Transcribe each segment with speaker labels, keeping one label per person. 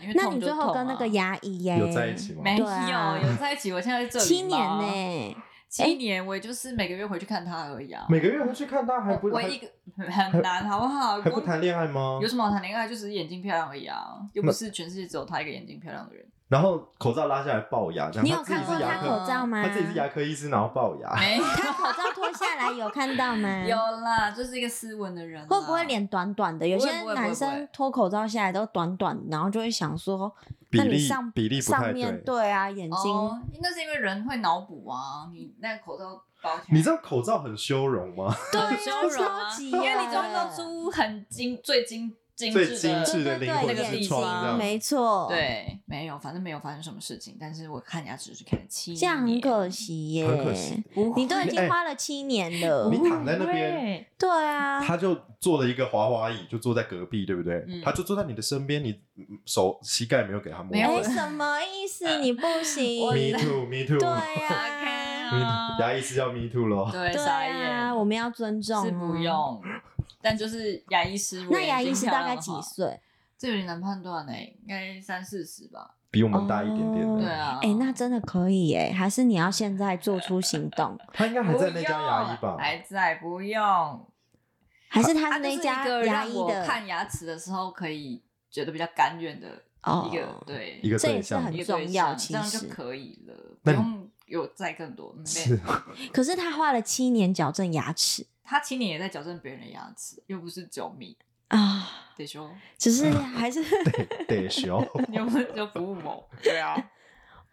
Speaker 1: 因为
Speaker 2: 那
Speaker 1: 痛
Speaker 2: 你
Speaker 1: 就
Speaker 2: 最后
Speaker 1: 痛
Speaker 2: 跟那
Speaker 1: 啊
Speaker 2: 个牙医耶、
Speaker 3: 有在一起吗？
Speaker 1: 没有、
Speaker 2: 对啊
Speaker 1: 有在一起？我现在在这里
Speaker 2: 七年
Speaker 1: 吗
Speaker 2: 呢、
Speaker 1: 七年，我也就是每个月回去看他而已啊。
Speaker 3: 每个月回去看他还不
Speaker 1: 我我
Speaker 3: 还
Speaker 1: 一个很难，好不好？
Speaker 3: 还不谈恋爱吗
Speaker 1: 爱？有什么好谈恋爱？就只是眼睛漂亮而已啊，又不是全世界只有他一个眼睛漂亮的人。
Speaker 3: 然后口罩拉下来龅牙，这样
Speaker 2: 你有
Speaker 3: 他自己
Speaker 2: 看
Speaker 3: 是
Speaker 2: 过
Speaker 3: 牙
Speaker 2: 他
Speaker 3: 科
Speaker 2: 口罩吗？
Speaker 3: 他自己是牙科医师，然后龅牙，
Speaker 1: 没
Speaker 2: 他口罩脱下来有看到 吗？
Speaker 1: 有啦，就是一个斯文的人啦。
Speaker 2: 嗯会不会脸短短的？有
Speaker 1: 不会
Speaker 2: 些
Speaker 1: 不会不会
Speaker 2: 男
Speaker 1: 不
Speaker 2: 生
Speaker 1: 会
Speaker 2: 脱口罩下来都短短，然后就会想说，
Speaker 3: 比
Speaker 2: 那你
Speaker 3: 例
Speaker 2: 上
Speaker 3: 比例不太
Speaker 2: 上面
Speaker 3: 对。
Speaker 2: 对啊，眼睛、
Speaker 1: 哦，那是因为人会脑补啊。你那个口罩包起来，
Speaker 3: 你知道口罩很修容吗？
Speaker 2: 对
Speaker 1: 很
Speaker 2: 啊，
Speaker 1: 羞辱啊
Speaker 2: 超级
Speaker 1: 因为你只
Speaker 2: 耶
Speaker 1: 会露出很精最精精
Speaker 3: 最
Speaker 1: 致的
Speaker 3: 精致的
Speaker 2: 对对
Speaker 3: 灵魂
Speaker 1: 那个
Speaker 3: 之
Speaker 1: 地
Speaker 3: 窗，
Speaker 1: 方
Speaker 3: 这样
Speaker 2: 没错，，
Speaker 1: 对，没有，反正没有发生什么事情，但是我看牙齿是看了七年，
Speaker 2: 这样很可惜耶，
Speaker 3: 很可惜。
Speaker 1: 不会，
Speaker 2: 你都已
Speaker 3: 哎
Speaker 2: 经花了七年了，
Speaker 3: 你躺在那边，
Speaker 1: 对，
Speaker 2: 对啊，
Speaker 3: 他就坐了一个滑滑椅，就坐在隔壁，对不对？
Speaker 1: 嗯
Speaker 3: 他就坐在你的身边，你嗯手膝盖没有给他摸。
Speaker 1: 没有
Speaker 2: 哎，什么意思？你不行，
Speaker 3: Me too, me too。
Speaker 2: 对啊
Speaker 1: 打
Speaker 2: 呀、
Speaker 1: 开
Speaker 2: 啊，
Speaker 1: 啊
Speaker 3: Me- 牙医师叫 me too 咯。
Speaker 1: 对，
Speaker 2: 对
Speaker 1: 傻
Speaker 2: 啊，
Speaker 1: 眼，
Speaker 2: 我们要尊重、啊
Speaker 1: 是不。用，但就是牙医师，
Speaker 2: 那牙医师大概几
Speaker 1: 我眼睛漂亮的话？
Speaker 2: 岁？
Speaker 1: 这有点难判断诶，应该三四十吧，
Speaker 3: 比我们大一点点
Speaker 2: 哦
Speaker 1: 对
Speaker 3: 的，
Speaker 1: 啊，
Speaker 2: 哎、那真的可以耶，还是你要现在做出行动？
Speaker 3: 他应该还在那家牙医
Speaker 1: 不啊
Speaker 3: 吧
Speaker 1: 用？还在，不用。
Speaker 2: 还是他
Speaker 1: 他
Speaker 2: 是那
Speaker 1: 啊就是
Speaker 2: 家
Speaker 1: 一个
Speaker 2: 牙
Speaker 1: 让
Speaker 2: 医
Speaker 1: 我
Speaker 2: 的
Speaker 1: 看牙齿的时候可以觉得比较甘愿的
Speaker 2: 哦
Speaker 1: 一个对
Speaker 3: 一个
Speaker 2: 这也
Speaker 3: 对
Speaker 2: 是
Speaker 3: 象
Speaker 2: 很
Speaker 1: 一个对
Speaker 2: 重要
Speaker 1: 象
Speaker 2: 其
Speaker 1: 这样
Speaker 2: 实
Speaker 1: 就可以了，不
Speaker 3: 那你
Speaker 1: 用有再更多。嗯
Speaker 3: 是
Speaker 1: 没，
Speaker 2: 可是他花了七年矫正牙齿
Speaker 1: 他七年也在矫正别人的牙齿，又不是九米，
Speaker 2: 啊，
Speaker 1: 得 说
Speaker 2: 只是
Speaker 3: 嗯
Speaker 2: 还是
Speaker 3: 得 学。
Speaker 1: 又不又服务我，对 啊。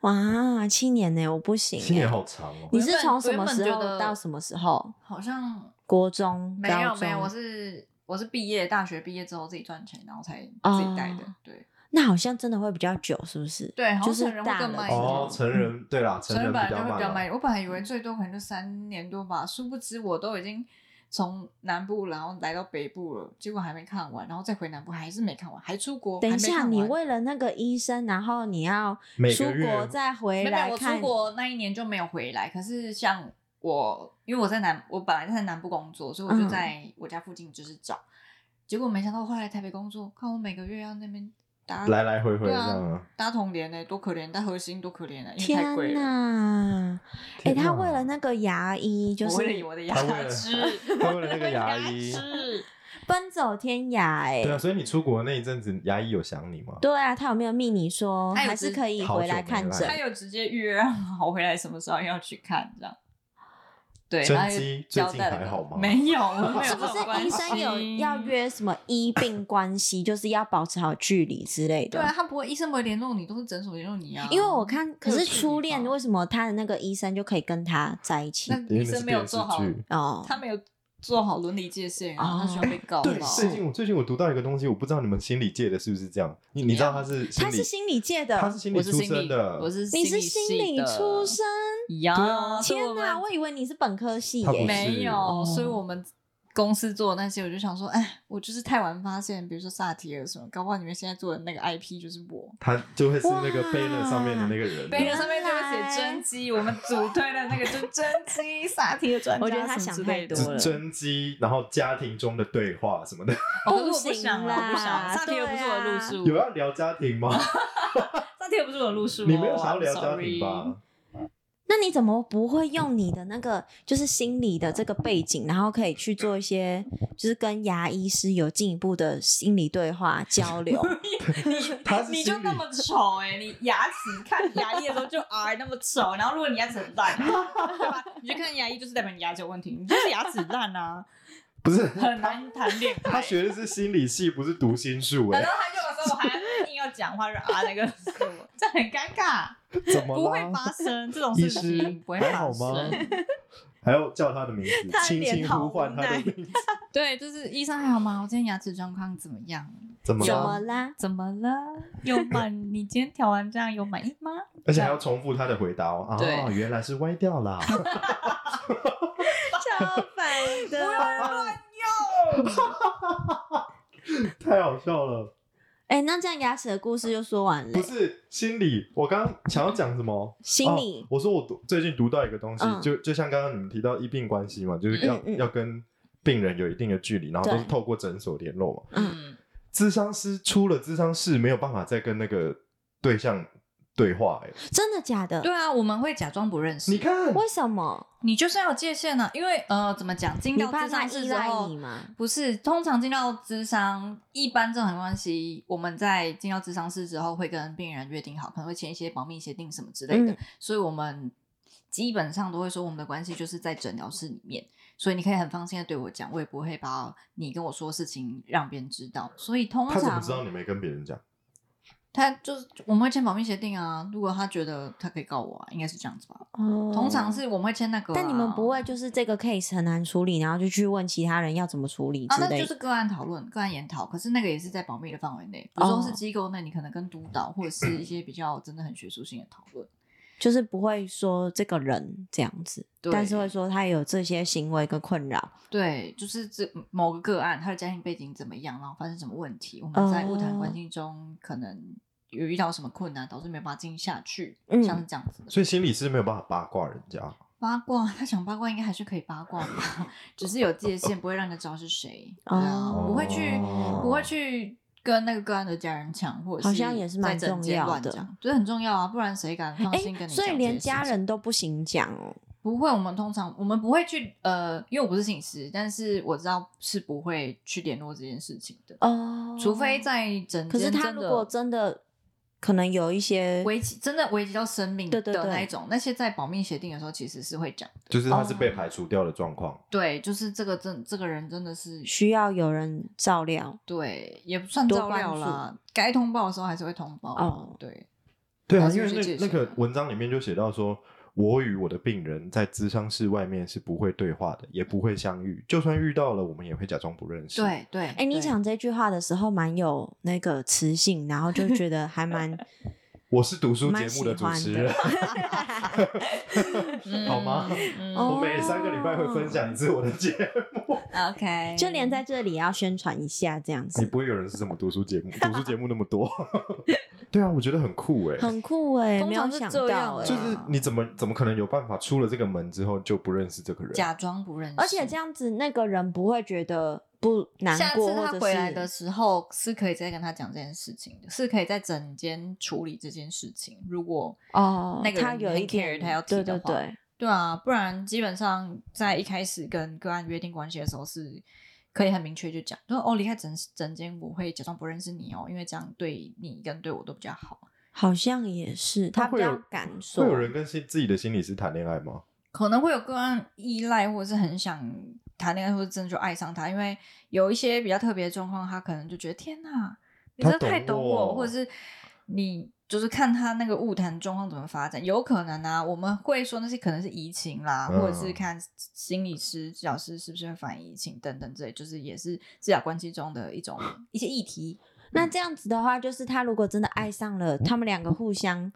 Speaker 2: 哇，七年呢，我不行耶。
Speaker 3: 七年好长哦，
Speaker 2: 你是从
Speaker 1: 我
Speaker 2: 什
Speaker 1: 原
Speaker 2: 么
Speaker 1: 本
Speaker 2: 时
Speaker 1: 我原本觉
Speaker 2: 候
Speaker 1: 得
Speaker 2: 到什么时候？
Speaker 1: 好像
Speaker 2: 国中、
Speaker 1: 没有
Speaker 2: 高中
Speaker 1: 没有，我是我是毕业大学毕业之后自己赚钱，然后才自己带的。
Speaker 2: 哦
Speaker 1: 对
Speaker 2: 那好像真的会比较久，是不是？
Speaker 1: 对，好像
Speaker 2: 就是
Speaker 1: 成人会
Speaker 2: 大
Speaker 1: 更
Speaker 2: 了
Speaker 1: 慢一点。
Speaker 3: 哦，成人对 啦，
Speaker 1: 所
Speaker 3: 成
Speaker 1: 以
Speaker 3: 人
Speaker 1: 本来
Speaker 3: 比
Speaker 1: 就
Speaker 3: 较
Speaker 1: 会比较
Speaker 3: 慢
Speaker 1: 慢
Speaker 3: 啦。。
Speaker 1: 我本来以
Speaker 2: 嗯
Speaker 1: 为最多可能就三年多吧，殊不知我都已经从南部然后来到北部了，结果还没看完，然后再回南部还是没看完，还出国。
Speaker 2: 等一
Speaker 1: 还没看
Speaker 2: 下，
Speaker 1: 完
Speaker 2: 你为了那个医生，然后你要
Speaker 3: 每
Speaker 2: 出
Speaker 3: 个月
Speaker 2: 国再
Speaker 1: 没
Speaker 2: 回
Speaker 1: 有没有
Speaker 2: 来
Speaker 1: 我
Speaker 2: 看
Speaker 1: 出国那一年就没有回来，可是像我，因为我在南，我本来在南部工作，所以我就
Speaker 2: 嗯
Speaker 1: 在我家附近就是找，结果没想到后来台北工作，看我每个月要那边搭
Speaker 3: 来来回回这
Speaker 1: 对啊
Speaker 3: 样啊。
Speaker 1: 搭同联呢、多可怜，搭核心多可怜啊，因为太贵
Speaker 2: 天
Speaker 1: 了。
Speaker 2: 哪！哎、
Speaker 3: 天哪
Speaker 2: 他为了那个牙医，就
Speaker 1: 我为了
Speaker 2: 是
Speaker 1: 我的
Speaker 3: 他为
Speaker 1: 牙
Speaker 3: 了
Speaker 1: 齿，
Speaker 3: 他为了 那个牙 医
Speaker 1: 齿
Speaker 2: 奔走天涯、哎、
Speaker 3: 对啊，所以你出国那一阵子，牙医有想你吗？
Speaker 2: 对啊，他有没有密你说
Speaker 1: 他有
Speaker 2: 还是
Speaker 1: 直
Speaker 2: 可以回来看
Speaker 3: 好久没
Speaker 2: 诊
Speaker 1: 他？有直接预约让我回来什么时候要去看这样。对，
Speaker 3: 真
Speaker 1: 然后
Speaker 3: 机
Speaker 1: 交
Speaker 3: 最近
Speaker 1: 代了
Speaker 3: 还好吗
Speaker 1: 没有，我们没有
Speaker 2: 是
Speaker 1: 这
Speaker 2: 不
Speaker 1: 种
Speaker 2: 是
Speaker 1: 关
Speaker 2: 医生有
Speaker 1: 系
Speaker 2: 要？约什么医病关系，就是要保持好距离之类
Speaker 1: 对啊，
Speaker 2: 的？
Speaker 1: 他不会，医生不会联络你，都是诊所联络你啊。
Speaker 2: 因为我看，可是
Speaker 1: 有距离
Speaker 2: 初恋
Speaker 1: 吧
Speaker 2: 为什么他的那个医生就可以跟他在一起
Speaker 1: 那？
Speaker 3: 因为
Speaker 1: 医
Speaker 3: 那
Speaker 1: 生
Speaker 3: 是
Speaker 1: 没有
Speaker 3: 电视
Speaker 1: 做好，
Speaker 3: 剧
Speaker 2: 哦，
Speaker 1: 他没有做好伦理界限啊，
Speaker 2: 哦
Speaker 1: 他需要被告
Speaker 3: 对，
Speaker 1: 吧？
Speaker 3: 最近我最近我读到一个东西，我不知道你们心理界的是不是这样？你你知道他是心
Speaker 2: 他
Speaker 3: 理，
Speaker 2: 是心理界的，
Speaker 3: 他是心
Speaker 1: 我
Speaker 3: 理
Speaker 1: 是
Speaker 3: 出
Speaker 1: 心
Speaker 3: 身
Speaker 1: 理
Speaker 3: 的，
Speaker 1: 我是
Speaker 2: 你是
Speaker 1: 心
Speaker 2: 心理
Speaker 1: 系的
Speaker 2: 出身？
Speaker 3: 对
Speaker 1: 呀
Speaker 3: 啊！
Speaker 1: 哦所以
Speaker 2: 天
Speaker 1: 我们
Speaker 2: 哪，我以为你是本科系
Speaker 3: 他不
Speaker 2: 耶。
Speaker 3: 是
Speaker 1: 没有，
Speaker 2: 哦
Speaker 1: 所以我们公司做的那些，我就想说，哎，我就是太晚发现，比如说萨提尔什么，搞不好你们现在做的那个 IP 就是我。
Speaker 3: 他就会是那个
Speaker 2: 哇
Speaker 3: banner 上面的那个人。
Speaker 1: 背
Speaker 2: 原
Speaker 1: 的
Speaker 2: 来
Speaker 1: 上面就会写真机，我们组推的那个就是真机萨提尔专家，
Speaker 2: 我觉得他想太多了
Speaker 3: 只真机，然后家庭中的对话什么的，
Speaker 1: 哦可是我
Speaker 2: 不
Speaker 1: 不
Speaker 2: 行
Speaker 1: 想啦，我不想。
Speaker 2: 啦
Speaker 1: 萨提尔不是我的路数，
Speaker 3: 有要聊家庭吗？
Speaker 1: 萨提尔不是我的路数哦，
Speaker 3: 你没有想要
Speaker 1: I'm
Speaker 3: 聊家
Speaker 1: sorry
Speaker 3: 庭吧？
Speaker 2: 那你怎么不会用你的那个就是心理的这个背景，然后可以去做一些就是跟牙医师有进一步的心理对话 交流？
Speaker 3: 他是
Speaker 1: 你就
Speaker 3: 心理
Speaker 1: 那么丑哎、你牙齿看牙医的时候就 R 那么丑，然后如果你牙齿很烂，啊对吧？你去看牙医就是代表你牙齿有问题，你就是牙齿烂啊，
Speaker 3: 不是
Speaker 1: 很难谈 恋爱。
Speaker 3: 他学的是心理系，不是读心 术
Speaker 1: 然
Speaker 3: 哎
Speaker 1: 后，他就有时候我还硬要讲话，就啊那个 什么，这很尴尬，
Speaker 3: 怎么
Speaker 1: 不会
Speaker 3: 啦？
Speaker 1: 发生这种
Speaker 3: 医
Speaker 1: 事
Speaker 3: 师
Speaker 1: 情，不会
Speaker 3: 还好
Speaker 1: 发
Speaker 3: 吗
Speaker 1: 生。？
Speaker 3: 还要叫他的名字
Speaker 2: 他，的
Speaker 3: 轻
Speaker 2: 脸
Speaker 3: 轻
Speaker 2: 好
Speaker 3: 呼唤
Speaker 2: 无
Speaker 3: 他的
Speaker 2: 奈
Speaker 3: 名字，
Speaker 1: 对，就是医生还好吗？我今天牙齿状况怎么样？
Speaker 3: 怎么
Speaker 2: 怎
Speaker 3: 了？
Speaker 2: 么 啦？
Speaker 1: 怎么了？有 满？你今天调完这样有满意吗？
Speaker 3: 而且还要重复他的回答哦。啊
Speaker 1: 对，
Speaker 3: 原来是歪 掉啦。
Speaker 2: 超烦的！
Speaker 3: 太好笑了。
Speaker 2: 哎，那这样牙齿的故事就说完了
Speaker 3: 不。是心理，我刚刚想要讲什么？
Speaker 2: 心理
Speaker 3: 哦，我说我读最近读到一个东西，
Speaker 2: 嗯
Speaker 3: 就就像刚刚你们提到医病关系嘛，就是要、
Speaker 2: 嗯嗯
Speaker 3: 要跟病人有一定的距离，然后都是
Speaker 2: 对
Speaker 3: 透过诊所联络嘛。
Speaker 1: 嗯，
Speaker 3: 咨商师出了咨商室，没有办法再跟那个对象对话、哎，
Speaker 2: 真的假的？
Speaker 1: 对啊，我们会假装不认识。
Speaker 3: 你，看，
Speaker 2: 为什么？
Speaker 1: 你就是要有界限啊，因为呃，怎么讲，进
Speaker 2: 你
Speaker 1: 到
Speaker 2: 怕
Speaker 1: 智
Speaker 2: 他
Speaker 1: 商室
Speaker 2: 依
Speaker 1: 之
Speaker 2: 赖
Speaker 1: 后
Speaker 2: 你，吗？
Speaker 1: 不是，通常进到智商，一般正常关系，我们在进到智商室之后，会跟病人约定好，可能会签一些保密协定什么之类的，
Speaker 2: 嗯
Speaker 1: 所以我们基本上都会说，我们的关系就是在诊疗室里面，所以你可以很放心的对我讲，我也不会把你跟我说的事情让别人知道。所以
Speaker 2: 啊
Speaker 1: 通
Speaker 3: 他怎么
Speaker 1: 常
Speaker 3: 知道你没跟别人讲？
Speaker 1: 他就是我们会签保密协定啊，如果他觉得他可以告我、啊，应该是这样子吧。
Speaker 2: 哦
Speaker 1: 通常。是我们会签那个啊、
Speaker 2: 但你们不会就是这个 case 很难处理，然后就去问其他人要怎么处理
Speaker 1: 啊，
Speaker 2: 之
Speaker 1: 那
Speaker 2: 类
Speaker 1: 就
Speaker 2: 的。
Speaker 1: 是个案讨论、个案研讨，可是那个也是在保密的范围内。比如
Speaker 2: 哦
Speaker 1: 说是机构内，你可能跟督导或者是一些比较真的很学术性的讨论。
Speaker 2: 就是不会说这个人这样子，
Speaker 1: 对
Speaker 2: 但是会说他有这些行为跟困扰。
Speaker 1: 对，就是这嗯某个个案，他的家庭背景怎么样，然后发生什么问题，我们在物谈
Speaker 2: 哦
Speaker 1: 环境中可能有遇到什么困难，导致没有办法进行下去，
Speaker 2: 嗯
Speaker 1: 像是这样子的。
Speaker 3: 所以心理师没有办法八卦人家。
Speaker 1: 八卦，他想八卦应该还是可以八卦吧，只是有界限，不会让人家知道是谁。对啊，
Speaker 2: 哦
Speaker 1: 不会去，
Speaker 3: 哦
Speaker 1: 不会去跟那个个案的家人抢，或者
Speaker 2: 好像也是蛮
Speaker 1: 在整间
Speaker 2: 重要
Speaker 1: 乱
Speaker 2: 的
Speaker 1: 讲，这很重要啊，不然谁敢放
Speaker 2: 哎、
Speaker 1: 心跟你讲这
Speaker 2: 所
Speaker 1: 些事情？
Speaker 2: 以连家人都不行讲哦。
Speaker 1: 不会，我们通常我们不会去呃，因为我不是心理师，但是我知道是不会去联络这件事情的，
Speaker 2: 哦
Speaker 1: 除非在整间
Speaker 2: 可是他
Speaker 1: 真
Speaker 2: 如
Speaker 1: 的
Speaker 2: 果真的可能有一些
Speaker 1: 危及真的危及到生命
Speaker 2: 对
Speaker 1: 的
Speaker 2: 对对
Speaker 1: 那一种，那些在保密协定的时候其实是会讲的。
Speaker 3: 就是他是被排除掉的状况，
Speaker 1: 对，就是这个真这个人真的是
Speaker 2: 需要有人照料，
Speaker 1: 对，也不算
Speaker 2: 多
Speaker 1: 照料
Speaker 2: 关注
Speaker 1: 啦，该通报的时候还是会通报啊。
Speaker 2: 哦
Speaker 1: 对，
Speaker 3: 对啊，
Speaker 1: 还是
Speaker 3: 因
Speaker 1: 有
Speaker 3: 为
Speaker 1: 些界限
Speaker 3: 那那个
Speaker 1: 啊
Speaker 3: 文章里面就写到说，我与我的病人在咨商室外面是不会对话的，也不会相遇，就算遇到了，我们也会假装不认识。，
Speaker 1: 对对。
Speaker 2: 哎、你
Speaker 1: 对
Speaker 2: 讲这句话的时候蛮有那个磁性，然后就 觉得还蛮
Speaker 3: 我是读书节
Speaker 2: 蛮
Speaker 3: 目
Speaker 2: 喜
Speaker 3: 的主
Speaker 2: 欢
Speaker 3: 持人，好吗？
Speaker 1: 嗯
Speaker 2: 哦
Speaker 3: 我每三个礼拜会分享一次我的节
Speaker 1: 哦
Speaker 3: 目。
Speaker 1: OK，
Speaker 2: 就连在这里也要宣传一下，这样
Speaker 3: 你
Speaker 2: 子
Speaker 3: 不会有人是什么读书节目？读书节目那么多， 对啊，我觉得很酷哎、
Speaker 2: 很酷哎、
Speaker 1: 通
Speaker 2: 没有
Speaker 1: 常是
Speaker 2: 想
Speaker 1: 这
Speaker 2: 到
Speaker 1: 样
Speaker 2: 哎、
Speaker 1: 啊
Speaker 3: 就是你怎么怎么可能有办法出了这个门之后就不认识这个人？
Speaker 1: 假装不认识，
Speaker 2: 而且这样子那个人不会觉得不难
Speaker 1: 下
Speaker 2: 过，
Speaker 1: 次
Speaker 2: 或
Speaker 1: 他
Speaker 2: 者
Speaker 1: 回来的
Speaker 2: 是
Speaker 1: 时候是可以再跟他讲这件事情的，是可以在整间处理这件事情。如果
Speaker 2: 哦，
Speaker 1: 那个
Speaker 2: 他
Speaker 1: 人
Speaker 2: 有
Speaker 1: 很
Speaker 2: 一点
Speaker 1: care 他要提
Speaker 2: 对
Speaker 1: 的
Speaker 2: 对
Speaker 1: 话
Speaker 2: 对，
Speaker 1: 对啊，不然基本上在一开始跟个案约定关系的时候是。可以很明确就讲，就说哦，离开整整间我会假装不认识你哦，因为这样对你跟对我都比较好。
Speaker 2: 好像也是，他比
Speaker 3: 会有
Speaker 2: 较敢说，
Speaker 3: 会有人跟心自己的心理师谈恋爱吗？
Speaker 1: 可能会有个案依赖，或者是很想谈恋爱，或者真的就爱上他。因为有一些比较特别的状况，他可能就觉得天哪，你真的太
Speaker 3: 他
Speaker 1: 懂
Speaker 3: 懂
Speaker 1: 我，
Speaker 3: 我
Speaker 1: 或者是你就是看他那个物谈状况怎么发展，有可能啊，我们会说那些可能是移情啦，
Speaker 3: 嗯
Speaker 1: 或者是看心理师、治疗师是不是会反移情等等之类，就是也是治疗关系中的一种一些议题。
Speaker 2: 那这样子的话，就是他如果真的爱上了，他们两个互相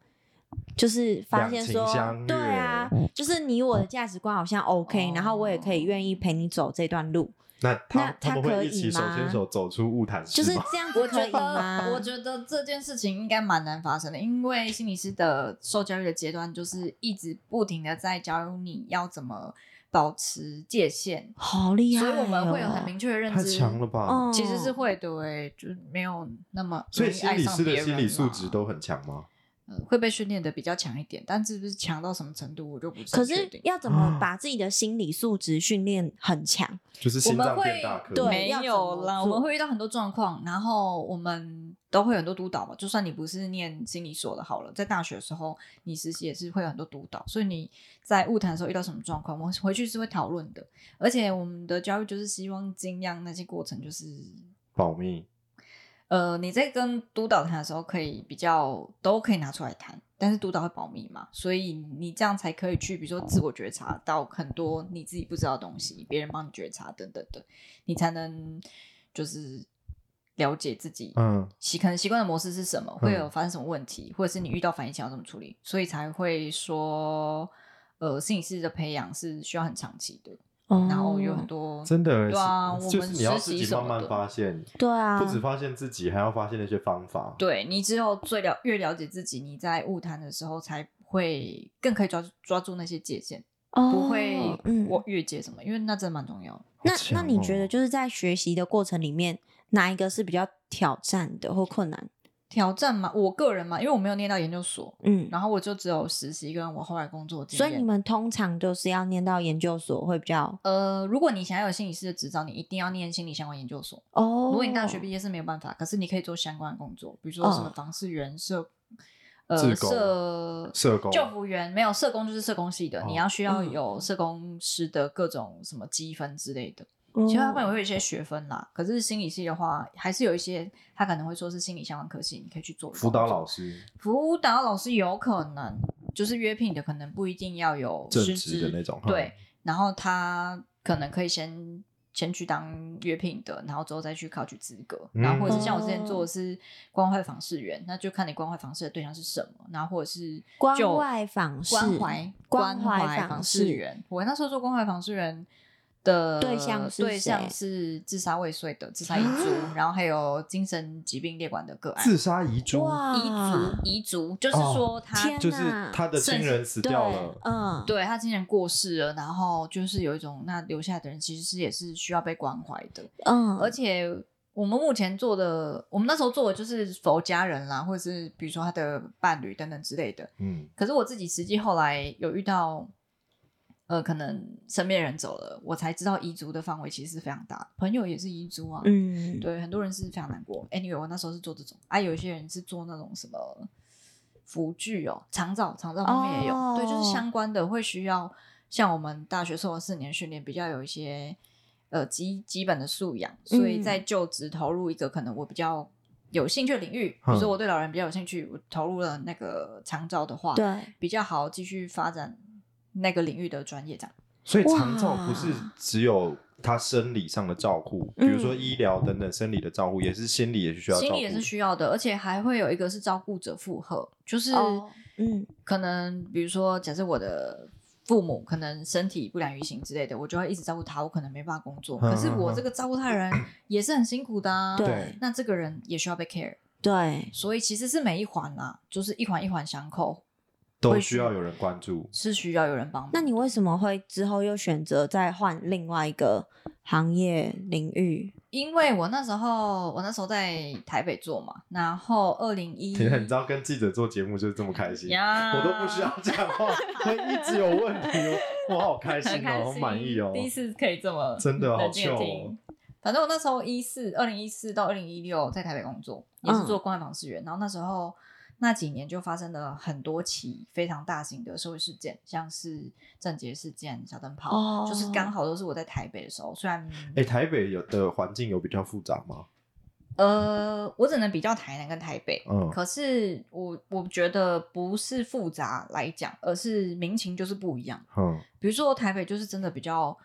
Speaker 2: 就是发现说
Speaker 3: 两情相悦，
Speaker 2: 对啊，就是你我的价值观好像 OK，、
Speaker 1: 哦
Speaker 2: 然后我也可以愿意陪你走这段路，
Speaker 3: 那他
Speaker 2: 那
Speaker 3: 他
Speaker 2: 他
Speaker 3: 们
Speaker 2: 可
Speaker 3: 会
Speaker 2: 以
Speaker 3: 一起手牵
Speaker 2: 吗
Speaker 3: 手走出物谈室
Speaker 2: 就
Speaker 3: 吗？
Speaker 2: 是这 样子
Speaker 1: 我
Speaker 2: 可
Speaker 1: 觉
Speaker 2: 以
Speaker 1: 得
Speaker 2: 吗？，
Speaker 1: 我觉得这件事情应该蛮难发生的，因为心理师的受教育的阶段就是一直不停的在教你要怎么保持界限，
Speaker 2: 好厉害、
Speaker 1: 所
Speaker 2: 哦，
Speaker 1: 以我们会有很明确的认
Speaker 3: 太
Speaker 1: 知。
Speaker 3: 强了吧！
Speaker 2: 哦，
Speaker 1: 其实是会的诶、就是没有那么
Speaker 3: 所以
Speaker 1: 容易
Speaker 3: 心
Speaker 1: 爱
Speaker 3: 理
Speaker 1: 上
Speaker 3: 师的
Speaker 1: 别人啊
Speaker 3: 心理素质
Speaker 1: 啦
Speaker 3: 都很强吗？
Speaker 1: 呃会被训练的比较强一点，但是不是强到什么程度，我就不是
Speaker 2: 可
Speaker 1: 很确
Speaker 2: 是
Speaker 1: 定。
Speaker 2: 要怎
Speaker 3: 嗯
Speaker 2: 么把自己的心理素质训练很强？
Speaker 3: 就是
Speaker 1: 我
Speaker 3: 心
Speaker 1: 们
Speaker 3: 脏
Speaker 1: 会
Speaker 3: 变大颗，
Speaker 2: 对
Speaker 1: 没
Speaker 2: 要怎
Speaker 1: 有
Speaker 2: 么
Speaker 1: 啦，我
Speaker 2: 做
Speaker 1: 们会遇到很多状况，然后我们都会有很多督导嘛。就算你不是念心理所的，好了，在大学的时候，你实习也是会有很多督导，所以你在物谈的时候遇到什么状况，我们回去是会讨论的。而且我们的教育就是希望尽量那些过程就是。
Speaker 3: 保密。
Speaker 1: 呃，你在跟督导谈的时候，可以比较都可以拿出来谈，但是督导会保密嘛，所以你这样才可以去，比如说自我觉察到很多你自己不知道的东西，别人帮你觉察等等的，你才能就是了解自己
Speaker 3: 嗯，
Speaker 1: 习可能习惯的模式是什么，会有
Speaker 3: 嗯
Speaker 1: 发生什么问题，或者是你遇到反应想要怎么处理，所以才会说，呃，心理师的培养是需要很长期的。
Speaker 2: 哦
Speaker 1: 然后
Speaker 3: 嗯
Speaker 1: 有很多
Speaker 3: 真的
Speaker 1: 对啊
Speaker 3: 是
Speaker 1: 我
Speaker 3: 就是
Speaker 1: 们
Speaker 3: 你要
Speaker 1: 实
Speaker 3: 自
Speaker 1: 习
Speaker 3: 己
Speaker 1: 什
Speaker 3: 慢
Speaker 1: 么
Speaker 3: 慢
Speaker 1: 的
Speaker 3: 发现，
Speaker 2: 对啊，
Speaker 3: 不止发现自己，还要发现那些方法。
Speaker 1: 对你只有最了越了解自己，你在物谈的时候才会更可以抓住抓住那些界限，不会
Speaker 2: 哦嗯，
Speaker 1: 我越界什么，因为那真的蛮重要的。
Speaker 2: 那
Speaker 3: 好强
Speaker 2: 那你觉得
Speaker 3: 哦
Speaker 2: 就是在学习的过程里面，哪一个是比较挑战的或困难？
Speaker 1: 挑战嘛，我个人嘛，因为我没有念到研究所，
Speaker 2: 嗯，
Speaker 1: 然后我就只有实习跟我后来工作经
Speaker 2: 所
Speaker 1: 验。
Speaker 2: 以你们通常都是要念到研究所会比较
Speaker 1: 呃，如果你想要有心理师的执照，你一定要念心理相关研究所。
Speaker 2: 哦。
Speaker 1: 如果你大学毕业是没有办法，可是你可以做相关工作，比如说什么
Speaker 2: 嗯
Speaker 1: 房事员、社
Speaker 3: 志
Speaker 1: 呃
Speaker 3: 工
Speaker 1: 社
Speaker 3: 社工
Speaker 1: 救服员，没有社工就是社工系的，
Speaker 3: 哦
Speaker 1: 你要需要
Speaker 2: 嗯
Speaker 1: 有社工师的各种什么积分之类的。
Speaker 2: 哦，
Speaker 1: 其他部分也会有一些学分啦，可是心理系的话，还是有一些他可能会说是心理相关科系，你可以去做
Speaker 3: 辅导老
Speaker 1: 师。
Speaker 3: 师
Speaker 1: 辅导老师有可能就是约聘的，可能不一定要有
Speaker 3: 正
Speaker 1: 师
Speaker 3: 职的那种，
Speaker 1: 对，然后他可能可以先先去当约聘的，然后之后再去考取资格，
Speaker 3: 嗯
Speaker 1: 然后或者是像我之前
Speaker 2: 哦
Speaker 1: 做的是关怀访视员，那就看你关怀访视的对象是什么，然后或者是
Speaker 2: 关
Speaker 1: 就
Speaker 2: 外访视
Speaker 1: 关怀
Speaker 2: 关怀
Speaker 1: 怀
Speaker 2: 访
Speaker 1: 访
Speaker 2: 视
Speaker 1: 视员，我那时候做关怀访视员。的
Speaker 2: 对象是
Speaker 1: 对象
Speaker 2: 谁啊
Speaker 1: 是自杀未遂的、自杀遗族，然后还有精神疾病列管的个案。
Speaker 3: 自杀遗珠，
Speaker 2: 哇，
Speaker 1: 遗族，遗族就是
Speaker 3: 哦
Speaker 1: 说他
Speaker 2: 嗯天
Speaker 3: 就是
Speaker 2: 呐
Speaker 3: 他的亲人死
Speaker 2: 对，
Speaker 3: 掉了，
Speaker 2: 嗯，
Speaker 1: 对他今年过世了，然后就是有一种那留下来的人其实是也是需要被关怀的，
Speaker 2: 嗯，
Speaker 1: 而且我们目前做的，我们那时候做的就是佛家人啦，或者是比如说他的伴侣等等之类的。
Speaker 3: 嗯，
Speaker 1: 可是我自己实际后来有遇到，呃，可能身边人走了，我才知道彝族的范围其实是非常大，朋友也是彝族啊，
Speaker 2: 嗯，
Speaker 1: 对，很多人是非常难过。Anyway，我那时候是做这种，啊，有一些人是做那种什么辅具哦，长照，长照方面也有，对，就是
Speaker 2: 哦
Speaker 1: 相关的会需要像我们大学受了四年训练，比较有一些呃基基本的素养，所以
Speaker 2: 嗯
Speaker 1: 在就职投入一个可能我比较有兴趣的领域，比
Speaker 2: 嗯
Speaker 1: 如说我对老人比较有兴趣，我投入了那个长照的话，
Speaker 2: 对，
Speaker 1: 比较好继续发展那个领域的专业这样。
Speaker 3: 所以长照
Speaker 2: 哇
Speaker 3: 不是只有他生理上的照顾，比
Speaker 2: 嗯
Speaker 3: 如说医疗等等生理的照顾，也是心理也是需要照
Speaker 1: 心
Speaker 3: 顾，
Speaker 1: 理也是需要的，而且还会有一个是照顾者负荷，就是
Speaker 2: 哦嗯
Speaker 1: 可能比如说，假设我的父母可能身体不良于行之类的，我就要一直照顾他，我可能没办法工作。
Speaker 3: 嗯
Speaker 1: 可是我
Speaker 3: 嗯
Speaker 1: 这个照顾他的人也是很辛苦的啊。
Speaker 2: 对
Speaker 1: 那这个人也需要被 care，
Speaker 2: 对，
Speaker 1: 所以其实是每一环啦、就是一环一环相扣，
Speaker 3: 都需要有人关注。
Speaker 1: 是需要有人帮忙。
Speaker 2: 那你为什么会之后又选择再换另外一个行业领域？
Speaker 1: 因为我那时候我那时候在台北做嘛，然后二零一，
Speaker 3: 天啊，你知道跟记者做节目就是这么开心，
Speaker 1: 呀
Speaker 3: 我都不需要讲话，我一直有问题，我我 好开
Speaker 1: 很
Speaker 3: 心
Speaker 1: 开
Speaker 3: 哦，
Speaker 1: 心，
Speaker 3: 好满意哦，
Speaker 1: 第一次可以这么
Speaker 3: 真的好
Speaker 1: 冷静地
Speaker 3: 秀哦
Speaker 1: 听。反正我那时候一四二零一四到二零一六在台北工作，也是做关爱访视员。然后那时候那几年就发生了很多起非常大型的社会事件，像是郑捷事件、小灯泡，
Speaker 2: 哦
Speaker 1: 就是刚好都是我在台北的时候。虽然、
Speaker 3: 哎、台北有的环境有比较复杂吗？
Speaker 1: 呃，我只能比较台南跟台北，
Speaker 3: 嗯
Speaker 1: 可是我我觉得不是复杂来讲，而是民情就是不一样。
Speaker 3: 嗯，
Speaker 1: 比如说台北就是真的比较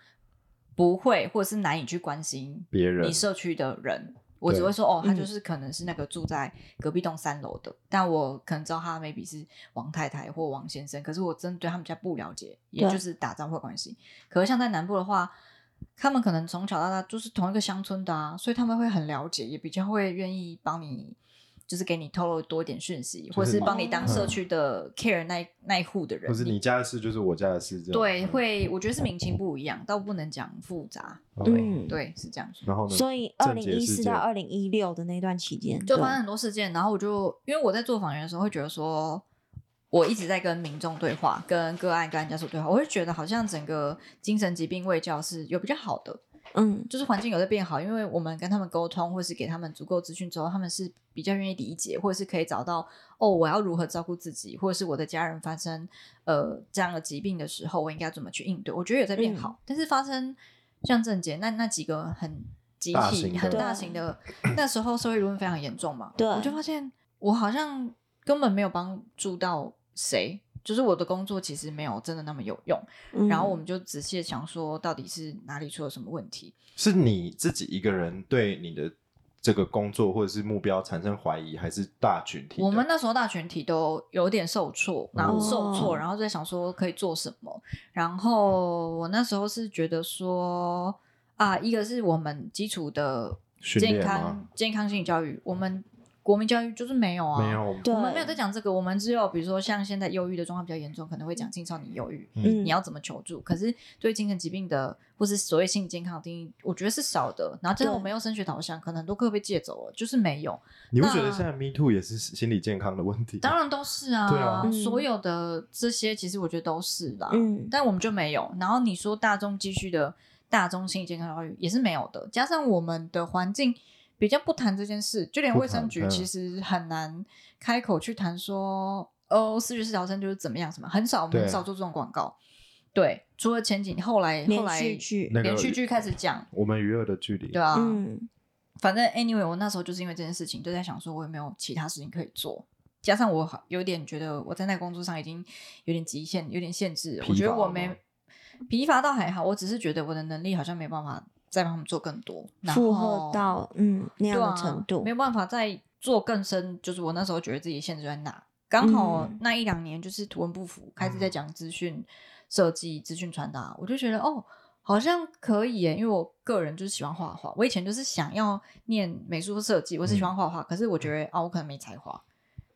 Speaker 1: 不会，或者是难以去关心
Speaker 3: 别人
Speaker 1: 你社区的人。我只
Speaker 3: 对
Speaker 1: 会说哦，他
Speaker 2: 嗯
Speaker 1: 就是可能是那个住在隔壁栋三楼的，但我可能知道他 maybe 是王太太或王先生，可是我真的对他们家不了解，也
Speaker 2: 对
Speaker 1: 就是打招呼关系。可是像在南部的话，他们可能从小到大就是同一个乡村的啊，所以他们会很了解，也比较会愿意帮你，就是给你透露多一点讯息，或者是帮你当社区的 care 那一那一户的人，
Speaker 3: 嗯或是你家的事就是我家的事，这样
Speaker 1: 对，
Speaker 3: 嗯
Speaker 1: 会，我觉得是民情不一样，倒不能讲复杂。
Speaker 2: 嗯，。
Speaker 1: 对，是这样说。
Speaker 3: 然后呢？
Speaker 2: 所以二
Speaker 3: 正
Speaker 2: 零
Speaker 3: 解
Speaker 2: 一
Speaker 3: 事
Speaker 2: 四
Speaker 3: 件
Speaker 2: 到二零一六的那段期间，
Speaker 1: 就
Speaker 2: 对啊
Speaker 1: 发生很多事件，然后我就因为我在做访员的时候，会觉得说，我一直在跟民众对话，跟个案、跟家属对话，我会觉得好像整个精神疾病卫教是有比较好的，
Speaker 2: 嗯
Speaker 1: 就是环境有在变好，因为我们跟他们沟通，或是给他们足够资讯之后，他们是比较愿意理解，或者是可以找到哦，我要如何照顾自己，或者是我的家人发生呃这样的疾病的时候，我应该怎么去应对。我觉得有在变好，但是发生像郑杰那那几个很集
Speaker 3: 大型
Speaker 1: 体、
Speaker 3: 的
Speaker 1: 很大型的，那时候社会舆论非常严重嘛，
Speaker 2: 对
Speaker 1: 我就发现我好像根本没有帮助到谁，就是我的工作其实没有真的那么有用。
Speaker 2: 嗯，
Speaker 1: 然后我们就仔细地想说，到底是哪里出了什么问题。
Speaker 3: 是你自己一个人对你的这个工作或者是目标产生怀疑，还是大群体的？
Speaker 1: 我们那时候大群体都有点受挫，然后受挫，
Speaker 2: 哦
Speaker 1: 然后在想说可以做什么。然后我那时候是觉得说啊，一个是我们基础的
Speaker 3: 训
Speaker 1: 健
Speaker 3: 练
Speaker 1: 康
Speaker 3: 吗
Speaker 1: 健康性教育，我们国民教育就是没有啊，
Speaker 3: 没有，
Speaker 2: 对，
Speaker 1: 我们没有在讲这个，我们只有比如说像现在忧郁的状况比较严重，可能会讲青少年忧郁，
Speaker 2: 嗯
Speaker 1: 你要怎么求助？可是对精神疾病的或是所谓心理健康的定义，我觉得是少的。然后真的
Speaker 2: 对
Speaker 1: 我们用升学导向，可能很多课被借走了，就是没有。
Speaker 3: 你会
Speaker 1: 那
Speaker 3: 觉
Speaker 2: 啊
Speaker 3: 得现在 Me Too 也是心理健康的问题？
Speaker 1: 当，然都是啊，
Speaker 3: 对啊
Speaker 2: 嗯
Speaker 1: 所有的这些其实我觉得都是啦，
Speaker 2: 嗯，
Speaker 1: 但我们就没有。然后你说大众继续的大众心理健康教育也是没有的，加上我们的环境比较不谈这件事，就连
Speaker 3: 不
Speaker 1: 卫生
Speaker 3: 谈
Speaker 1: 局
Speaker 3: 嗯
Speaker 1: 其实很难开口去谈说，哦，四十四条生就是怎么样什么，很少，我们
Speaker 3: 对
Speaker 1: 很少做这种广告。对，除了前几后来后
Speaker 2: 连
Speaker 1: 来
Speaker 2: 续剧，
Speaker 3: 那个
Speaker 1: 连续剧开始讲，
Speaker 3: 我们娱乐的距离，
Speaker 1: 对啊，
Speaker 2: 嗯，
Speaker 1: 反正 anyway，我那时候就是因为这件事情，就在想说我有没有其他事情可以做，加上我好有点觉得我在那个工作上已经有点极限，有点限制了。
Speaker 3: 疲
Speaker 1: 我觉得
Speaker 3: 乏了
Speaker 1: 我
Speaker 3: 吗
Speaker 1: 没疲乏倒还好，我只是觉得我的能力好像没办法再帮他们做更多，然后
Speaker 2: 负荷到嗯那
Speaker 1: 对
Speaker 2: 样的
Speaker 1: 啊
Speaker 2: 程度
Speaker 1: 没，有办法再做更深。就是我那时候觉得自己限制在哪，刚好
Speaker 2: 嗯
Speaker 1: 那一两年就是图文不符，开始在讲资讯设计、资讯传达，我就觉得哦。好像可以耶，因为我个人就是喜欢画画。我以前就是想要念美术设计，我是喜
Speaker 2: 嗯
Speaker 1: 欢画画，可是我觉得啊，我可能没才华，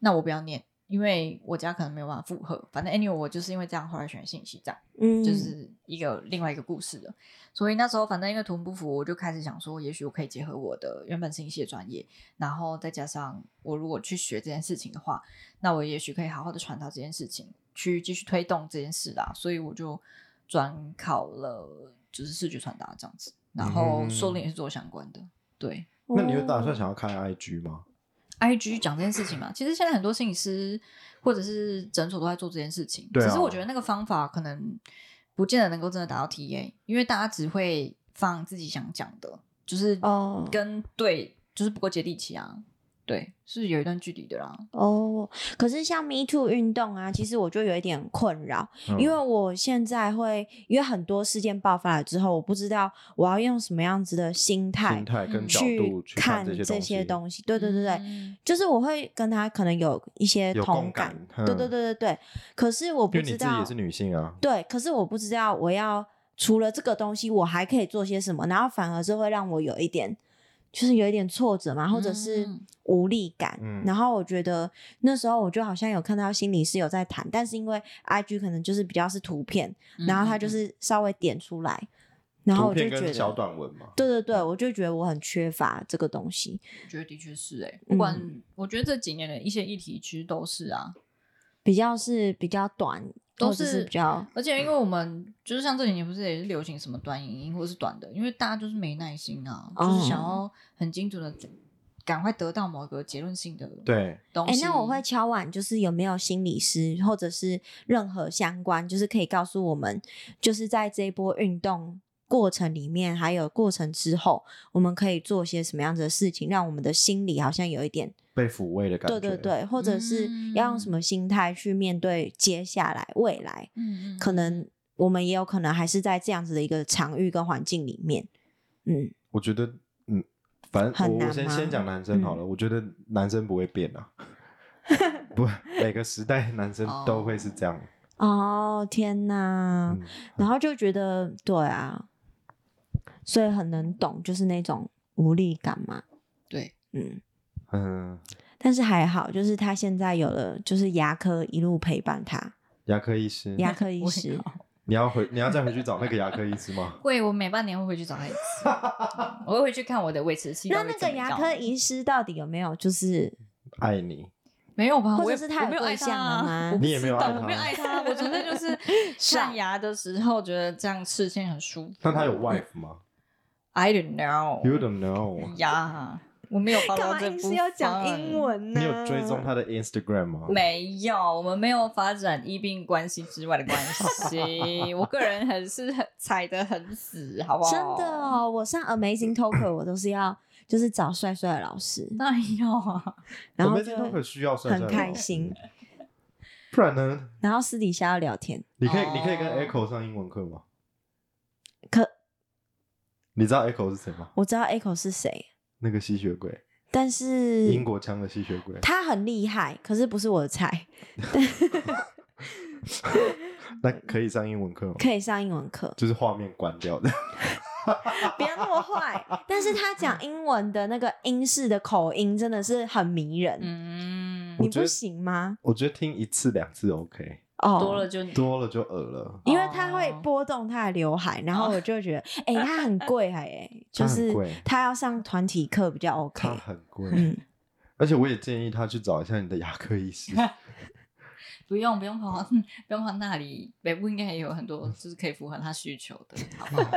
Speaker 1: 那我不要念，因为我家可能没有办法负荷。反正 anyway，我就是因为这样后来选信息站，
Speaker 2: 嗯，
Speaker 1: 就是一个另外一个故事的。所以那时候反正因为图文不符，我就开始想说，也许我可以结合我的原本信息的专业，然后再加上我如果去学这件事情的话，那我也许可以好好的传达这件事情，去继续推动这件事啦。所以我就转考了，就是视觉传达这样子，然后
Speaker 3: 嗯
Speaker 1: 收敛也是做相关的。对
Speaker 3: 那你会打
Speaker 2: 哦
Speaker 3: 算想要开 IG 吗？
Speaker 1: ，IG 讲这件事情嘛，其实现在很多心理师或者是诊所都在做这件事情，
Speaker 3: 对啊
Speaker 1: 只是我觉得那个方法可能不见得能够真的达到 TA，因为大家只会放自己想讲的，就是
Speaker 2: 哦
Speaker 1: 跟对，就是不够接地气啊。对，是有一段距离的啦。
Speaker 2: 哦，可是像 Me Too 运动啊，其实我就有一点困扰，
Speaker 3: 嗯
Speaker 2: 因为我现在会，因为很多事件爆发了之后，我不知道我要用什么样子的心态
Speaker 3: 心态跟角
Speaker 2: 去
Speaker 3: 度去
Speaker 2: 看
Speaker 3: 看
Speaker 2: 这
Speaker 3: 这
Speaker 2: 些
Speaker 3: 些
Speaker 2: 东
Speaker 3: 东
Speaker 2: 西。
Speaker 3: 西，
Speaker 2: 对对对对，
Speaker 1: 嗯
Speaker 2: 就是我会跟他可能有一些
Speaker 3: 有
Speaker 2: 同
Speaker 3: 共感。
Speaker 2: 对对对对
Speaker 3: 对，
Speaker 2: 对。可是我不
Speaker 3: 嗯因为你
Speaker 2: 知
Speaker 3: 自己
Speaker 2: 道
Speaker 3: 也是，女性啊，
Speaker 2: 对，可是我不知道我要除了这个东西，我还可以做些什么，然后反而是会让我有一点。就是有一点挫折嘛，或者是
Speaker 1: 嗯
Speaker 2: 无力感。
Speaker 3: 嗯
Speaker 2: 然后我觉得那时候我就好像有看到心理师有在谈，但是因为 I G 可能就是比较是图片，然后他就
Speaker 1: 嗯
Speaker 2: 是稍微点出来，然后
Speaker 3: 图
Speaker 2: 我就
Speaker 3: 片
Speaker 2: 觉
Speaker 3: 跟
Speaker 2: 得，
Speaker 3: 小短文嘛。
Speaker 2: 对对对，我就觉得我很缺乏这个东西。
Speaker 1: 我觉得的确是哎、
Speaker 2: 嗯
Speaker 1: 不管、我觉得这几年的一些议题其实都是啊，
Speaker 2: 比较是比较短，
Speaker 1: 都
Speaker 2: 或者是
Speaker 1: 是
Speaker 2: 比较
Speaker 1: 而且因为我们就是像这几年不是也是流行什么短影音或者是短的，因为大家就是没耐心啊，就是想要
Speaker 3: 哦
Speaker 1: 很精准的赶快得到某个结论性的
Speaker 3: 对，
Speaker 1: 东
Speaker 2: 哎、
Speaker 1: 西。
Speaker 2: 那我会敲碗，就是有没有心理师或者是任何相关，就是可以告诉我们，就是在这一波运动过程里面，还有过程之后，我们可以做些什么样子的事情，让我们的心理好像有一点，
Speaker 3: 被抚慰的感
Speaker 2: 对对，
Speaker 3: 觉。
Speaker 2: 对，或者是要用
Speaker 1: 嗯
Speaker 2: 什么心态去面对接下来未来，
Speaker 1: 嗯嗯，
Speaker 2: 可能我们也有可能还是在这样子的一个场域跟环境里面，嗯，
Speaker 3: 我觉得，嗯，反正
Speaker 2: 很
Speaker 3: 我
Speaker 2: 难
Speaker 3: 我先
Speaker 2: 吗嗯
Speaker 3: 先讲男生好了。我觉得男生不会 变啊，不，每个时代男生都会是这样。
Speaker 2: 哦天哪，
Speaker 3: 嗯，
Speaker 2: 然后就觉得对啊，所以很能懂，就是那种无力感嘛。
Speaker 1: 对，
Speaker 2: 嗯，
Speaker 3: 嗯，
Speaker 2: 但是还好，就是他现在有了，就是牙科一路陪伴他，
Speaker 3: 牙科医师，
Speaker 2: 牙科医
Speaker 1: 我？
Speaker 2: 师。
Speaker 3: 你要回，你要再回去找那个牙科医师吗
Speaker 1: 会，我每半年会回去找 他一次，嗯我会回去看我的维持器到底
Speaker 2: 那那
Speaker 1: 怎
Speaker 2: 个
Speaker 1: 么样。
Speaker 2: 牙科医师到底有没有 就是
Speaker 3: 爱你，
Speaker 1: 没有吧？
Speaker 2: 或
Speaker 1: 我
Speaker 2: 者
Speaker 1: 也
Speaker 2: 是他有
Speaker 1: 我没有爱
Speaker 2: 对象
Speaker 1: 他
Speaker 2: 了吗
Speaker 1: 啊，我不
Speaker 3: 你也没有
Speaker 1: 知道
Speaker 3: 爱
Speaker 1: 我
Speaker 3: 他
Speaker 1: 没有爱他，我纯粹就是 看牙的时候觉得这样视线很舒服。
Speaker 3: 那他有 wife 吗
Speaker 1: I don't know，
Speaker 3: ？You don't know。
Speaker 1: 呀，我没有 follow
Speaker 2: 干嘛
Speaker 1: 这
Speaker 2: 硬
Speaker 1: 部
Speaker 2: 是要讲
Speaker 1: 分
Speaker 2: 英？文呢？
Speaker 3: 你有追踪他的 Instagram 吗？
Speaker 1: 没有，我们没有发展医病关系之外的关系。我个人很是很踩得很死，好不好？
Speaker 2: 真的哦，我上 Amazing Talker 我都是要就是找帅帅的老师，
Speaker 1: 那要啊，
Speaker 2: 然
Speaker 3: 我
Speaker 2: 后
Speaker 3: 们
Speaker 2: 就
Speaker 3: 这都
Speaker 2: 会
Speaker 3: 很需要算
Speaker 2: 很
Speaker 3: 算
Speaker 2: 开
Speaker 3: 吗，
Speaker 2: 心，
Speaker 3: 不然呢？
Speaker 2: 然后私底下要聊天。
Speaker 3: 你可以，
Speaker 1: 哦
Speaker 3: 你可以跟 Echo 上英文课吗？
Speaker 2: 可
Speaker 3: 你知道 Echo 是谁吗？
Speaker 2: 我知道 Echo 是谁，
Speaker 3: 那个吸血鬼，
Speaker 2: 但是
Speaker 3: 英国腔的吸血鬼，
Speaker 2: 嗯他很厉害，可是不是我的菜，
Speaker 3: 那可以上英文课吗？，
Speaker 2: 可以上英文课
Speaker 3: 就是画面关掉的。
Speaker 2: 不要那么坏。但是他讲英文的那个英式的口音真的是很迷人，
Speaker 1: 嗯，
Speaker 3: 我
Speaker 2: 你
Speaker 3: 觉
Speaker 2: 不
Speaker 3: 得
Speaker 2: 行吗？
Speaker 3: 我觉得听一次两次 OK，
Speaker 2: 哦，
Speaker 1: 多了就
Speaker 3: 多了就耳了。
Speaker 2: 因为它会
Speaker 1: 哦
Speaker 2: 波动他的刘海，然后我就会 觉得，哎、它很贵还、哎，就
Speaker 3: 它很
Speaker 2: 是
Speaker 3: 贵
Speaker 2: 他要上团体课比较 OK
Speaker 3: 它。很贵，
Speaker 2: 嗯，
Speaker 3: 而且我也建议他去找一下你的牙科医 师。
Speaker 1: 不用不用跑， 不用跑那里，北部应该也有很多就是可以符合他需求的，好不好？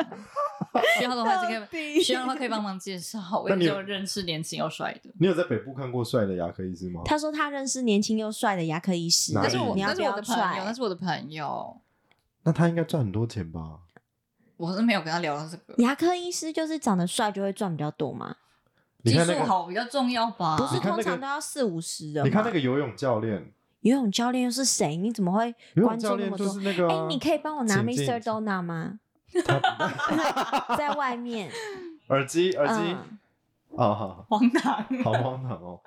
Speaker 1: 需要的话就可以，需要的话可以帮忙介绍。我
Speaker 3: 那
Speaker 1: 也
Speaker 3: 你
Speaker 1: 就认识年轻又帅的，
Speaker 3: 你有在北部看过帅的牙科医师吗？
Speaker 2: 他说他认识年轻又帅的牙科医师，
Speaker 3: 哪
Speaker 1: 那
Speaker 3: 里
Speaker 1: 是我
Speaker 2: 你要
Speaker 1: 那
Speaker 2: 不
Speaker 1: 是我
Speaker 2: 要
Speaker 1: 的朋友，那
Speaker 2: 帅？
Speaker 1: 是我的朋友，
Speaker 3: 那他应该赚很多钱吧？
Speaker 1: 我是没有跟他聊到这个。
Speaker 2: 牙科医师就是长得帅就会赚比较多嘛，
Speaker 3: 你
Speaker 1: 技
Speaker 3: 看那
Speaker 1: 术
Speaker 3: 个，
Speaker 1: 好比较重要吧？
Speaker 2: 不是
Speaker 3: 哦你看那
Speaker 2: 通
Speaker 3: 个
Speaker 2: 常都要四五十的吗？
Speaker 3: 你看那个游泳教练，
Speaker 2: 游泳教练又是谁？你怎么会
Speaker 3: 游
Speaker 2: 关
Speaker 3: 泳
Speaker 2: 注
Speaker 3: 教
Speaker 2: 那
Speaker 3: 练
Speaker 2: 么
Speaker 3: 就
Speaker 2: 多
Speaker 3: 是？那个
Speaker 2: 哎、
Speaker 3: 啊。
Speaker 2: 你可以帮我拿
Speaker 3: 请进
Speaker 2: Mr. Dona 吗？ 在外面，
Speaker 3: 耳机，耳机。
Speaker 2: 嗯
Speaker 3: 啊，好好
Speaker 1: 荒唐。
Speaker 3: 好荒唐哦！